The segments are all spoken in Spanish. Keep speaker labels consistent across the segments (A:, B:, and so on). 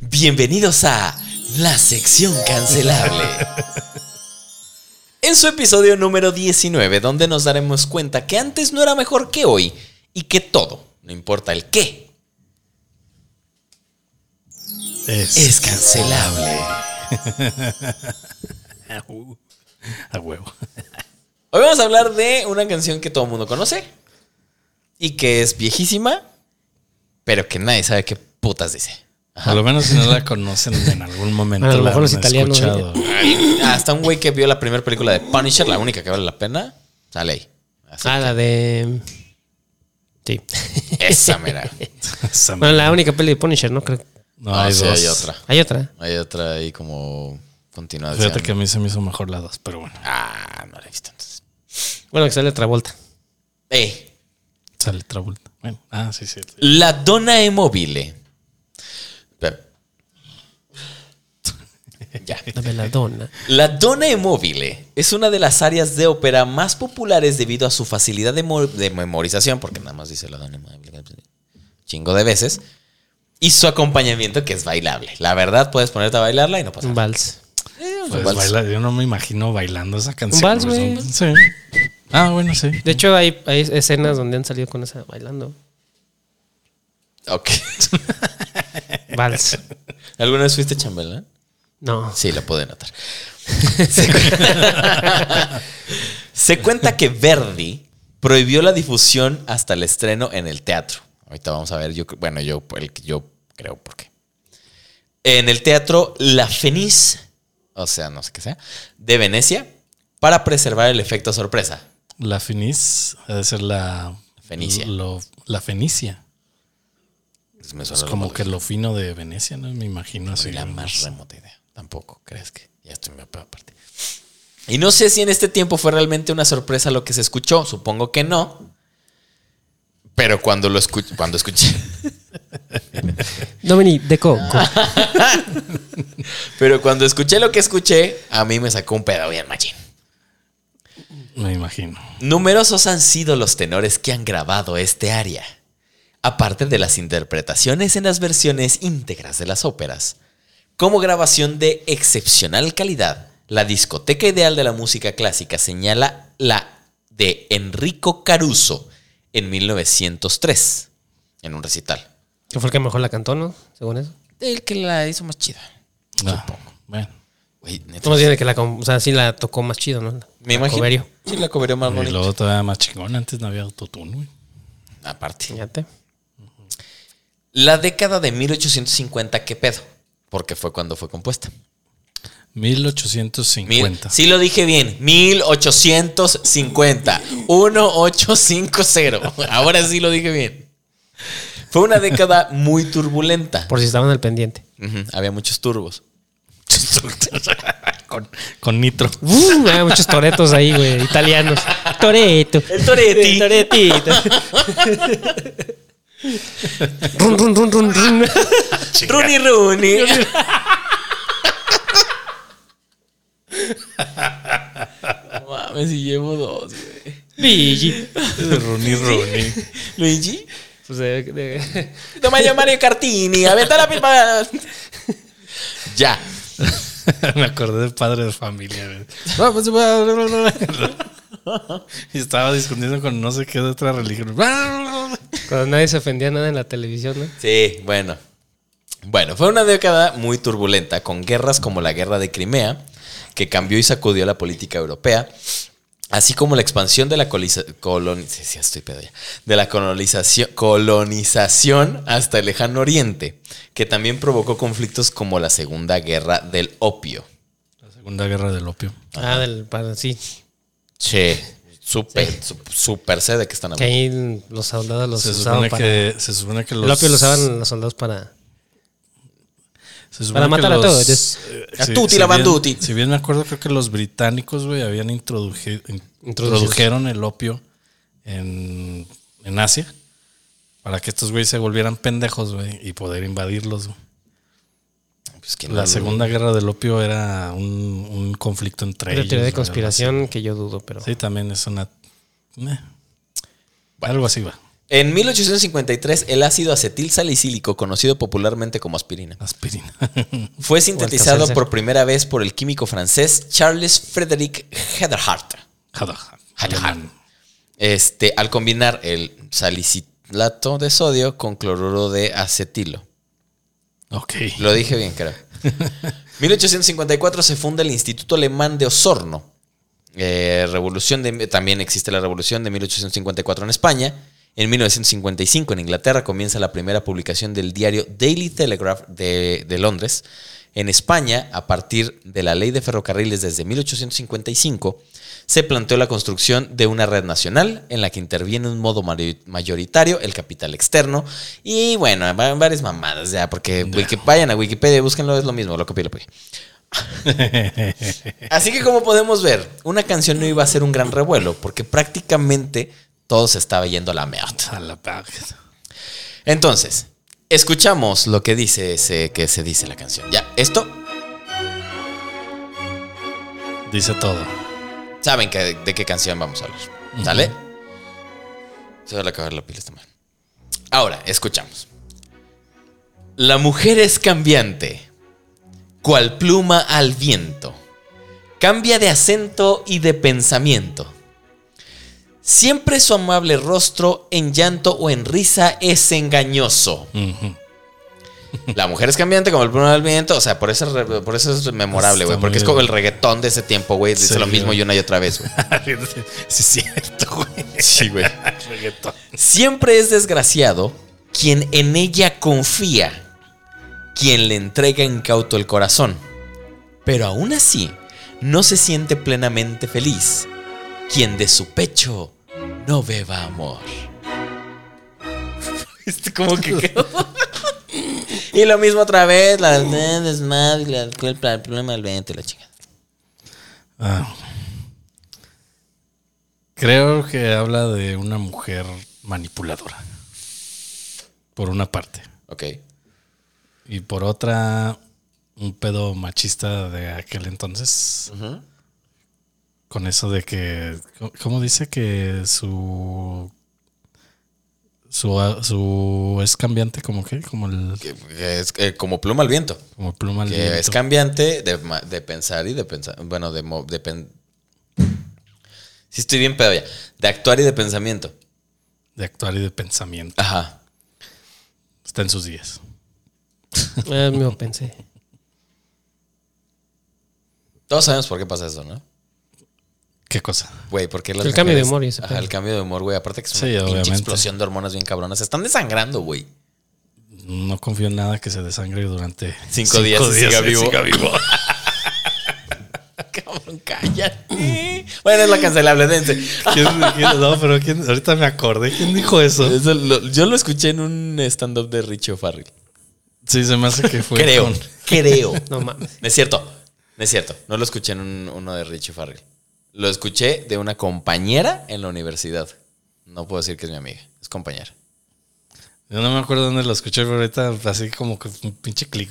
A: Bienvenidos a La sección cancelable. En su episodio número 19, donde nos daremos cuenta que antes no era mejor que hoy y que todo, no importa el qué,
B: Es.
A: es cancelable.
B: A huevo.
A: Hoy vamos a hablar de una canción que todo el mundo conoce y que es viejísima, pero que nadie sabe qué putas dice.
B: Por lo menos si no la conocen en algún momento.
C: A lo
B: la
C: mejor los
B: han
C: italianos, ¿eh?
B: escuchado.
A: Hasta un güey que vio la primera película de Punisher, la única que vale la pena, sale ahí. Así,
C: Ah, la de. Sí.
A: esa mera.
B: Esa
C: Bueno, la única peli de Punisher, ¿no? Creo.
B: No,
A: Ah,
B: hay
A: sí,
B: dos.
A: hay otra. Ah,
C: Hay otra.
A: Hay otra ahí como continuación.
B: Fíjate que a mí se me hizo mejor la dos, pero bueno,
A: Ah, no la he visto entonces.
C: Bueno, que sale otra vuelta.
A: Ey,
B: sale Travolta. Bueno, ah, sí, sí. sí.
A: la dona e mobile. Pero- Ya.
C: La veladona.
A: La dona e mobile es una de las áreas de ópera más populares debido a su facilidad de, mo- de memorización, porque nada más dice la dona e mobile chingo de veces, y su acompañamiento que es bailable. La verdad, puedes ponerte a bailarla y no pasa
C: Un
A: nada.
C: vals.
A: Eh, un
B: Pues
A: vals.
B: baila- yo no me imagino bailando esa canción.
C: vals,
B: pues,
C: güey.
B: un- Sí. Ah, bueno, sí.
C: De hecho, hay, hay escenas donde han salido con esa bailando.
A: Ok.
C: Vals.
A: ¿Alguna vez fuiste chambelán?
C: No.
A: Sí, lo pude notar. Se, cu- Se cuenta que Verdi prohibió la difusión hasta el estreno en el teatro. Ahorita vamos a ver, yo, cre- bueno, yo, el que yo creo por qué. En el teatro La Fenice, o sea, no sé qué sea, de Venecia, para preservar el efecto sorpresa.
B: La Finis, ha de ser la.
A: Fenicia.
B: lo- la Fenicia.
A: Me suena
B: Es
A: lo
B: como
A: más-
B: que lo fino de Venecia, ¿no? Me imagino así.
A: ni la más remota idea. Tampoco crees que ya estoy muy aparte. Y no sé si en este tiempo fue realmente una sorpresa lo que se escuchó. Supongo que no. Pero cuando lo escuché, cuando escuché,
C: Dominic de Coco.
A: pero cuando escuché lo que escuché, a mí me sacó un pedo bien machín.
B: Me imagino.
A: Numerosos han sido los tenores que han grabado este área, aparte de las interpretaciones en las versiones íntegras de las óperas. Como grabación de excepcional calidad, la discoteca ideal de la música clásica señala la de Enrico Caruso en 1903, en un recital.
C: Que fue el que mejor la cantó, ¿no? Según eso.
A: El que la hizo más chida.
B: Ah, bueno.
A: Güey, neta,
C: Estamos diciendo que la. com- O sea, sí la tocó más chido, ¿no? La-
A: me
C: la
A: imagino.
C: coverio.
A: Sí, la cobrió más
B: Y
A: bonita.
B: luego todavía más chingón. Antes no había autotune, güey.
A: Aparte.
C: Fíjate.
A: La década de 1850, ¿qué pedo? Porque fue cuando fue compuesta. Mil-
B: 1850.
A: sí lo dije bien, 1850, 1850. Ahora sí lo dije bien. Fue una década muy turbulenta.
C: Por si estaban al pendiente.
A: Ujú, había muchos turbos.
B: con, con nitro.
C: Uh, hay muchos toretos ahí, güey. Italianos. Toreto.
A: El Toretti.
C: El toretito. run, run, run, run, run.
A: Runi Runi. No Mames, si llevo dos, güey.
C: Luigi.
B: Runi, Runi.
A: Luigi.
C: Pues, eh, de-
A: Toma yo Mario Cartini. Aventa la pipa. Ya.
B: Me acordé de padre de familia. güey. y estaba discutiendo con no sé qué de otra religión.
C: Cuando nadie se ofendía nada en la televisión, ¿no?
A: Sí, bueno. Bueno, fue una década muy turbulenta, con guerras como la guerra de Crimea, que cambió y sacudió la política europea, así como la expansión de la colonización, de la colonización, colonización hasta el lejano oriente, que también provocó conflictos como la Segunda Guerra del Opio.
B: La Segunda Guerra del Opio.
C: Ah, del para sí.
A: Che, súper, sup- súper sé de qué están
C: Que
A: hablando.
C: ahí los soldados los
B: Se
C: usaban
B: supone,
C: para.
B: que, se supone que los.
C: El opio lo usaban los soldados para.
B: se supone
C: para
B: que
C: matar a
B: los-
C: todos.
B: eh,
A: A tutti la
B: bien-
A: banduti.
B: Si bien me acuerdo, creo que los británicos, güey, habían introduje- in-
C: Introducido.
B: introdujeron el opio en, en Asia para que estos güeyes se volvieran pendejos, güey, y poder invadirlos, güey.
A: Pues, ¿quién
B: La
A: no-
B: Segunda Guerra del Opio era un, un conflicto entre
C: Una
B: ellos.
C: teoría de
B: güey,
C: conspiración que yo dudo, pero.
B: algo así. Sí, también es una. eh, Algo así va.
A: En 1853, el ácido acetil salicílico, conocido popularmente como aspirina,
B: Aspirina.
A: fue sintetizado
C: Alka-Seltzer.
A: por primera vez por el químico francés Charles Frederick Hederhardt.
B: Jada.
A: Jada. Este, al combinar el salicilato de sodio con cloruro de acetilo.
B: Ok.
A: Lo dije bien, creo. 1854 se funda el Instituto Alemán de Osorno. Eh, revolución de, también existe la revolución de 1854 en España. En 1955 en Inglaterra comienza la primera publicación del diario Daily Telegraph de, de Londres. En España, a partir de la ley de ferrocarriles desde 1855, se planteó la construcción de una red nacional en la que interviene un modo mari- mayoritario, el capital externo, y bueno, va- varias mamadas ya, porque Wiki- vayan a Wikipedia, y búsquenlo, es lo mismo, lo copié y lo pegué. Así que como podemos ver, una canción no iba a ser un gran revuelo, porque prácticamente todo se estaba yendo a la mierda.
B: A la verga.
A: Entonces, escuchamos lo que dice ese, que se dice la canción. Ya, esto
B: Dice todo.
A: saben que- de qué canción vamos a hablar. ¿Sale? Se va a acabar la pila esta mal. Ahora, escuchamos. La mujer es cambiante, cual pluma al viento. Cambia de acento y de pensamiento. Siempre su amable rostro en llanto o en risa es engañoso.
B: Ujú.
A: La mujer es cambiante como el pluma del viento. O sea, por eso, es- por eso es memorable,
B: Está
A: güey.
B: muy
A: Porque es
B: bien.
A: como el reggaetón de ese tiempo, güey. Dice
B: Sí,
A: lo mismo
B: güey.
A: y una y otra vez, güey.
B: sí, es cierto, güey.
A: Sí, güey.
B: Reggaetón.
A: Siempre es desgraciado quien en ella confía, quien le entrega incauto el corazón. Pero aún así, no se siente plenamente feliz, quien de su pecho no beba amor. Este como que quedó. y lo mismo otra vez, la
B: Mm.
A: desmadre, la- el el problema del viento y la chingada.
B: Ah. Creo que habla de una mujer manipuladora. Por una parte.
A: Ok.
B: Y por otra, un pedo machista de aquel entonces. Con eso de que. co- ¿Cómo dice que su. Su, su es cambiante como que como el
A: Que- que es eh, como pluma al viento.
B: como pluma al
A: Que
B: viento.
A: es cambiante de, ma- de pensar y de pensar. Bueno, de. mo- de pen- sí, estoy bien pedo ya. De actuar y de pensamiento.
B: de actuar y de pensamiento
A: Ajá.
B: está en sus días
C: Ah, me lo pensé.
A: Todos sabemos por qué pasa eso, ¿no?
B: qué cosa
A: Güey, porque las
C: El cambio de
A: mujeres-
C: humor y ese
A: Ajá,
C: pedo.
A: el cambio de humor, güey. Aparte que es una
B: Sí,
A: pinche
B: obviamente.
A: explosión de hormonas bien cabronas. Se están desangrando, güey.
B: no confío en nada que se desangre durante
A: Cinco días y siga
B: y
A: vivo. Cabrón, cállate. bueno, es la cancelable, dense.
B: ¿Quién- quién- no pero quién- ahorita me acordé quién dijo eso
A: Eso lo- yo lo escuché en un stand-up de Richie O'Farrell.
B: sí se me hace que fue
A: Creo,
B: con-
A: creo.
C: No mames.
A: No es cierto, no es cierto. No lo escuché en un- uno de Richie Farrell. Lo escuché de una compañera en la universidad. No puedo decir que es mi amiga, es compañera.
B: Yo no me acuerdo dónde lo escuché, pero ahorita así como que un pinche clic.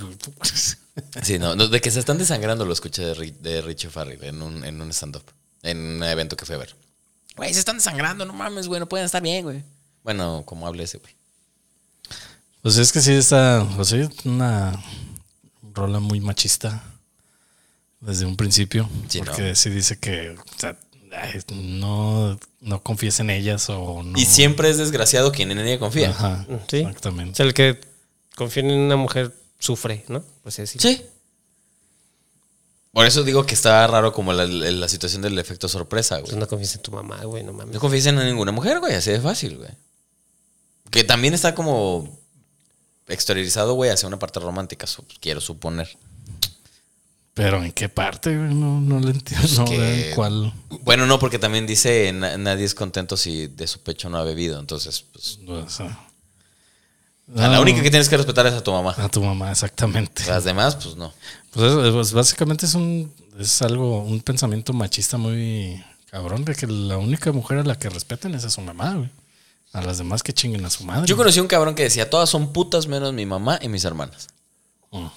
A: Sí, no, no, de que se están desangrando lo escuché de, Ri- de Richie Farrell en un, en un stand-up, en un evento que fui a ver. Güey, se están desangrando, no mames, güey, no pueden estar bien, güey. Bueno, como hable ese, güey.
B: Pues es que sí está, pues sí, una rola muy machista desde un principio,
A: Sí, ¿no?
B: porque sí dice que o sea, ay, no, no confíes en ellas o no.
A: Y siempre es desgraciado quien en ella confía.
B: Ajá,
C: Sí. O
B: exactamente.
C: sea, el que confía en una mujer sufre, ¿no? Pues es
A: Sí. Por eso digo que está raro como la, la- la situación del efecto sorpresa, güey.
C: Pues no confíes en tu mamá, güey, no
A: No
C: mames.
A: confíes en ninguna mujer, güey, así de fácil, güey. Que también está como exteriorizado, güey, hacia una parte romántica, su- quiero suponer.
B: Pero en qué parte, güey? no, no le entiendo. no
A: Pues que-
B: veo en cuál.
A: Bueno, no, porque también dice "Na- nadie es contento si de su pecho no ha bebido. Entonces, pues.
B: o sea,
A: a la
B: no,
A: única que tienes que respetar es a tu mamá.
B: a tu mamá, exactamente.
A: Las demás, pues no.
B: Pues, es- pues, básicamente es un es algo un pensamiento machista muy cabrón de que la única mujer a la que respeten es a su mamá, güey. A las demás que chinguen a su madre.
A: Yo conocí a un cabrón que decía, todas son putas menos mi mamá y mis hermanas.
B: Mm.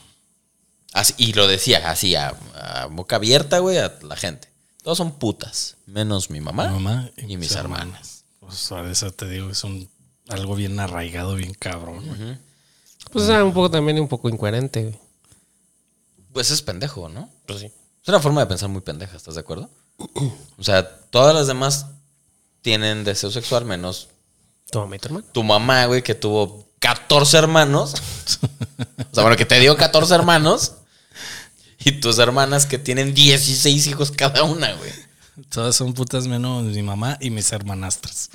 A: Así, y lo decía así, a, a boca abierta, güey, a la gente. Todas son putas, menos mi mamá,
B: Mi mamá
A: y, mis hermanas.
B: Pues a eso te digo, es un algo bien arraigado, bien cabrón. güey.
C: Pues ah, un poco también un poco incoherente, güey.
A: Pues es pendejo, ¿no?
C: Pues sí.
A: Es una forma de pensar muy pendeja, ¿estás de acuerdo? O sea, todas las demás tienen deseo sexual, menos
C: Toma mi tu hermano.
A: tu mamá, güey, que tuvo 14 hermanos. O sea, bueno, que te dio 14 hermanos. Y tus hermanas que tienen 16 hijos cada una, güey.
B: Todas son putas menos mi mamá y mis hermanastras.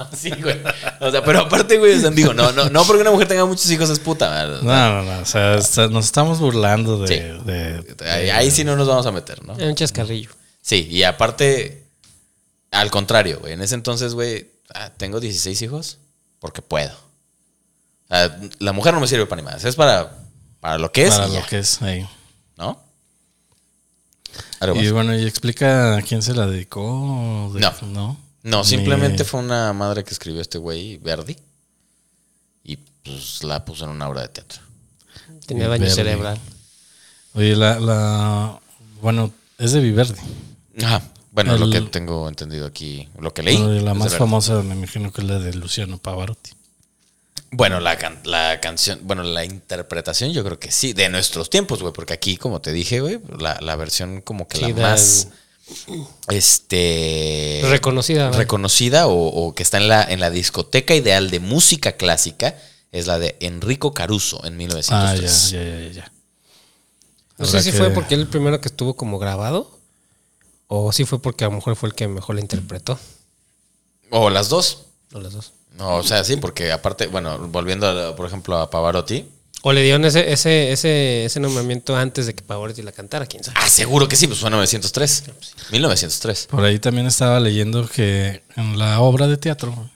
A: Así, güey. O sea, pero aparte, güey, o sea, digo, no, no, no porque una mujer tenga muchos hijos es puta, ¿verdad?
B: No, no, no. O sea, está- nos estamos burlando de.
A: Sí.
B: de- de-
A: Ahí, ahí sí no nos vamos a meter, ¿no?
C: Era un chascarrillo.
A: Sí, y aparte, al contrario, güey. En ese entonces, güey, ah, tengo 16 hijos porque puedo. Ah, la mujer no me sirve para ni más. Es para, para lo que es,
B: para
A: y
B: lo
A: ya,
B: que es. ahí.
A: ¿no? Algo
B: Y
A: más.
B: bueno, y explica a quién se la dedicó. de-
A: No. No,
B: Ni-
A: simplemente fue una madre que escribió este güey, Verdi. Y pues la puso en una obra de teatro.
C: Tenía daño
B: Verde.
C: cerebral.
B: Oye, la, la. Bueno, es de Viverdi.
A: Ajá. Bueno, lo
B: El-
A: que tengo entendido aquí, lo que leí.
B: Bueno, y la
A: es de
B: más
A: Verdi.
B: famosa, me imagino que es la de Luciano Pavarotti.
A: Bueno, la, can- la canción, bueno, la interpretación yo creo que sí, de nuestros tiempos, güey, porque aquí, como te dije, güey, la, la versión como que
C: Sí,
A: la
C: da-
A: más, este...
C: Reconocida. ¿verdad?
A: reconocida o, o que está en la, en la discoteca ideal de música clásica es la de Enrico Caruso en
B: Ah, ya,
A: 1903.
B: ya, ya, ya, ya.
C: pues. no sé
B: Habrá
C: si
B: que-
C: fue porque él el primero que estuvo como grabado. O si fue porque a lo mejor fue el que mejor la interpretó.
A: O las dos.
C: O las dos.
A: No, o sea, sí, porque aparte, bueno, volviendo, a, por ejemplo, a Pavarotti.
C: O le dieron ese, ese, ese, ese nombramiento antes de que Pavarotti la cantara, quién sabe.
A: Ah, seguro que sí, pues fue 1903. 1903.
B: Por ahí también estaba leyendo que en la obra de teatro,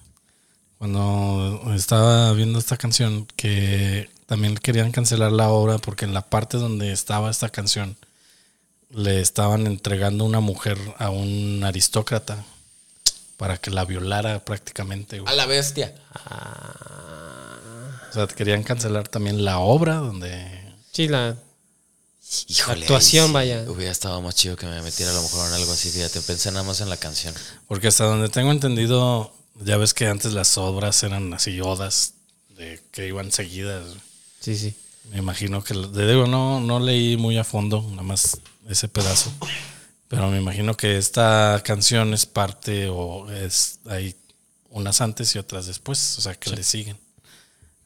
B: cuando estaba viendo esta canción, que también querían cancelar la obra porque en la parte donde estaba esta canción le estaban entregando una mujer a un aristócrata para que la violara prácticamente.
A: A
B: güey.
A: la bestia.
C: Ah,
B: O sea, querían cancelar también la obra donde...
C: Sí, la.
A: Híjole.
C: Actuación,
A: ahí sí
C: vaya.
A: Hubiera estado más chido que me metiera a lo mejor en algo así, fíjate. Pensé nada más en la canción.
B: Porque hasta donde tengo entendido, ya ves que antes las obras eran así odas de que iban seguidas. güey.
C: Sí, sí.
B: Me imagino que, te digo, no, no leí muy a fondo, nada más ese pedazo. Pero me imagino que esta canción es parte o es, hay unas antes y otras después, o sea, que le siguen.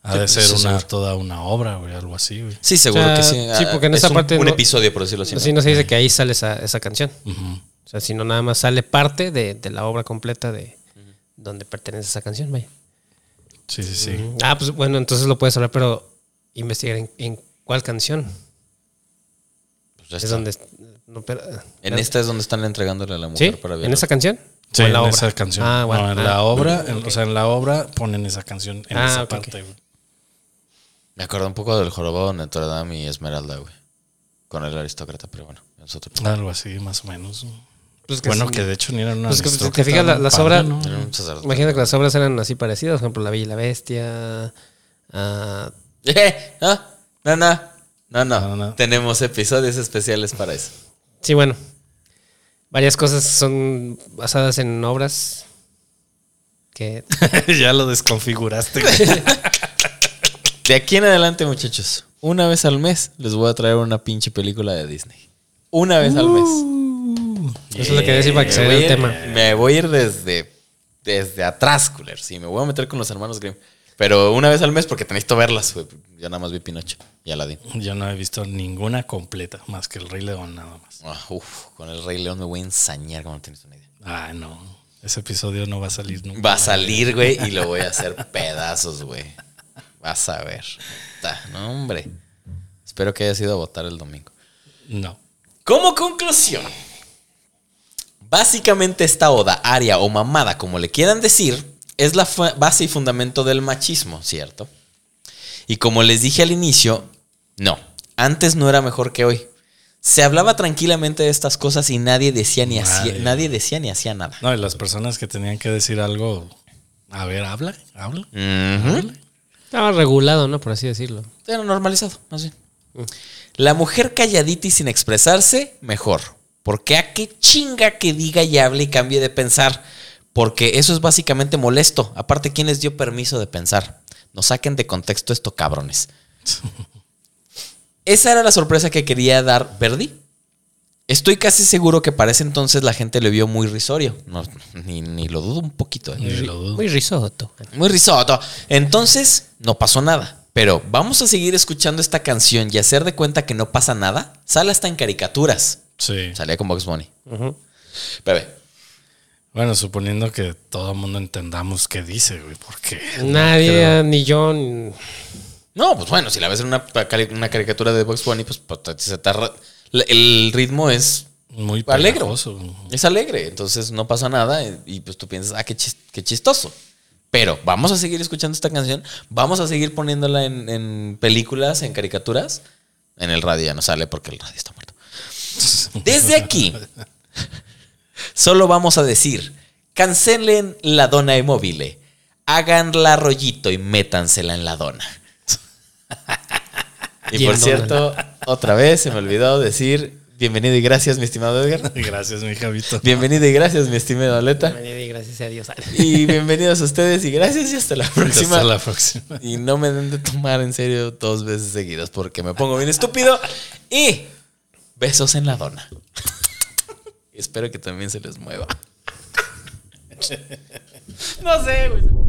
B: Ha
A: Sí,
B: de
A: pues,
B: ser
A: sí,
B: una,
A: seguro.
B: toda una obra, güey, algo así, güey.
A: Sí, seguro
C: O sea,
A: que sí. ah,
C: sí, porque en
A: es
C: esa
A: un,
C: parte
A: Un
C: no-
A: episodio, por decirlo así. ¿no? eh.
C: Así no se dice que ahí sale esa, esa canción.
B: Ujú.
C: O sea, si no, nada más sale parte de, de la obra completa de donde pertenece esa canción, vaya.
B: Sí, sí, sí.
C: Ah, pues bueno, entonces lo puedes hablar, pero investigar en, en cuál canción.
A: Pues ya
C: Es
A: está.
C: donde. es- No, pero- ah,
A: En esta es donde están entregándole a la
C: ¿Sí?
A: mujer para ver.
C: ¿En esa canción?
B: Sí,
C: ¿O
B: en
C: la obra?
B: esa canción.
C: Ah, bueno.
B: No, en
C: Ah,
B: la obra, en- o sea, en la obra ponen esa canción en
C: Ah,
B: esa
C: ok,
B: parte,
C: ok.
B: güey.
A: Me acuerdo un poco del jorobado de Notre Dame y Esmeralda, güey. Con el aristócrata, pero bueno, es otro tema.
B: Algo así, más o menos.
C: Pues que
B: bueno,
C: sí.
B: que de hecho ni era una.
C: Pues que si te
B: aristócrata,
C: fijas, la-
B: era un
C: las
B: padre,
C: obras-
A: Era
B: ¿no?
A: un sacerdote.
C: Imagino que las obras eran así parecidas, por ejemplo, La Bella y la Bestia. ah,
A: Eh, ah, no, no, no, no.
B: No, no.
A: Tenemos episodios especiales para eso.
C: sí, bueno. Varias cosas son basadas en obras que
B: ya lo desconfiguraste, güey.
A: De aquí en adelante, muchachos, una vez al mes les voy a traer una pinche película de Disney. Una vez al mes.
C: Eso es lo que
A: Eh,
C: quería decir para que se vea
A: voy
C: el
A: a ir-
C: tema.
A: Me voy a ir desde, desde atrás, cooler. Sí, me voy a meter con los hermanos Grimm. Pero una vez al mes porque tenéis que verlas, güey. Yo nada más vi Pinocho y Aladdin.
B: Yo no he visto ninguna completa, más que el Rey León nada más.
A: Ah, uf, con el Rey León me voy a ensañar como no tienes una idea.
B: Ah, no. Ese episodio no va a salir nunca.
A: Va a salir, güey, y lo voy a hacer pedazos, güey. Vas a ver. Ta, No, hombre. Espero que hayas ido a votar el domingo.
B: No.
A: Como conclusión, básicamente esta oda, aria o mamada, como le quieran decir, es la fu- base y fundamento del machismo, ¿cierto? Y como les dije al inicio, no, antes no era mejor que hoy. Se hablaba tranquilamente de estas cosas y nadie decía ni hacía,
B: Nadie.
A: nadie decía ni hacía nada.
B: No, y las personas que tenían que decir algo. A ver, habla, habla.
A: Ujú.
C: estaba regulado, ¿no? Por así decirlo.
A: Era normalizado, más bien.
B: Mm.
A: La mujer calladita y sin ah, expresarse, mejor. Porque a qué chinga que diga y hable y cambie de pensar. Porque eso es básicamente molesto. Aparte, ¿quién les dio permiso de pensar? Nos saquen de contexto esto, cabrones. Esa era la sorpresa que quería dar Verdi. Estoy casi seguro que para ese entonces la gente le vio muy risorio. No, ni, ni lo dudo un poquito. ¿eh?
B: Ni lo dudo.
C: Muy risoto.
A: Muy risoto. Entonces, no pasó nada. Pero vamos a seguir escuchando esta canción y hacer de cuenta que no pasa nada. Sale hasta en caricaturas.
B: Sí.
A: Salía con Box Bunny.
C: Ujú.
A: Bebé.
B: Bueno, suponiendo que todo el mundo entendamos qué dice, güey, porque
C: Nadie, ni yo, ni-
A: No, pues bueno, si la ves en una, cari- una caricatura de Box Bunny, pues, pues, te- se te arra- la- el ritmo es,
B: muy
A: Alegro.
B: pegajoso.
A: es alegre. Entonces no pasa nada y, y, pues tú piensas, ah, qué, chis- qué chistoso. Pero vamos a seguir escuchando esta canción. Vamos a seguir poniéndola en, en películas, en caricaturas. En el radio ya no sale porque el radio está muerto. Desde aquí, solo vamos a decir: cancelen la dona inmóvil, háganla rollito y métansela en la dona. Y
C: Y
A: por
C: en
A: cierto, otra vez se me olvidó decir: bienvenido y gracias, mi estimado Edgar.
B: Gracias, mi Javito.
A: Bienvenido y gracias, mi estimado Aleta.
C: Nadie, gracias a Dios.
A: Y bienvenidos a ustedes y gracias y hasta la próxima.
B: Hasta la próxima.
A: Y no me den de tomar en serio dos veces seguidas porque me pongo bien estúpido. Y besos en la dona. Espero que también se les mueva. No sé, güey.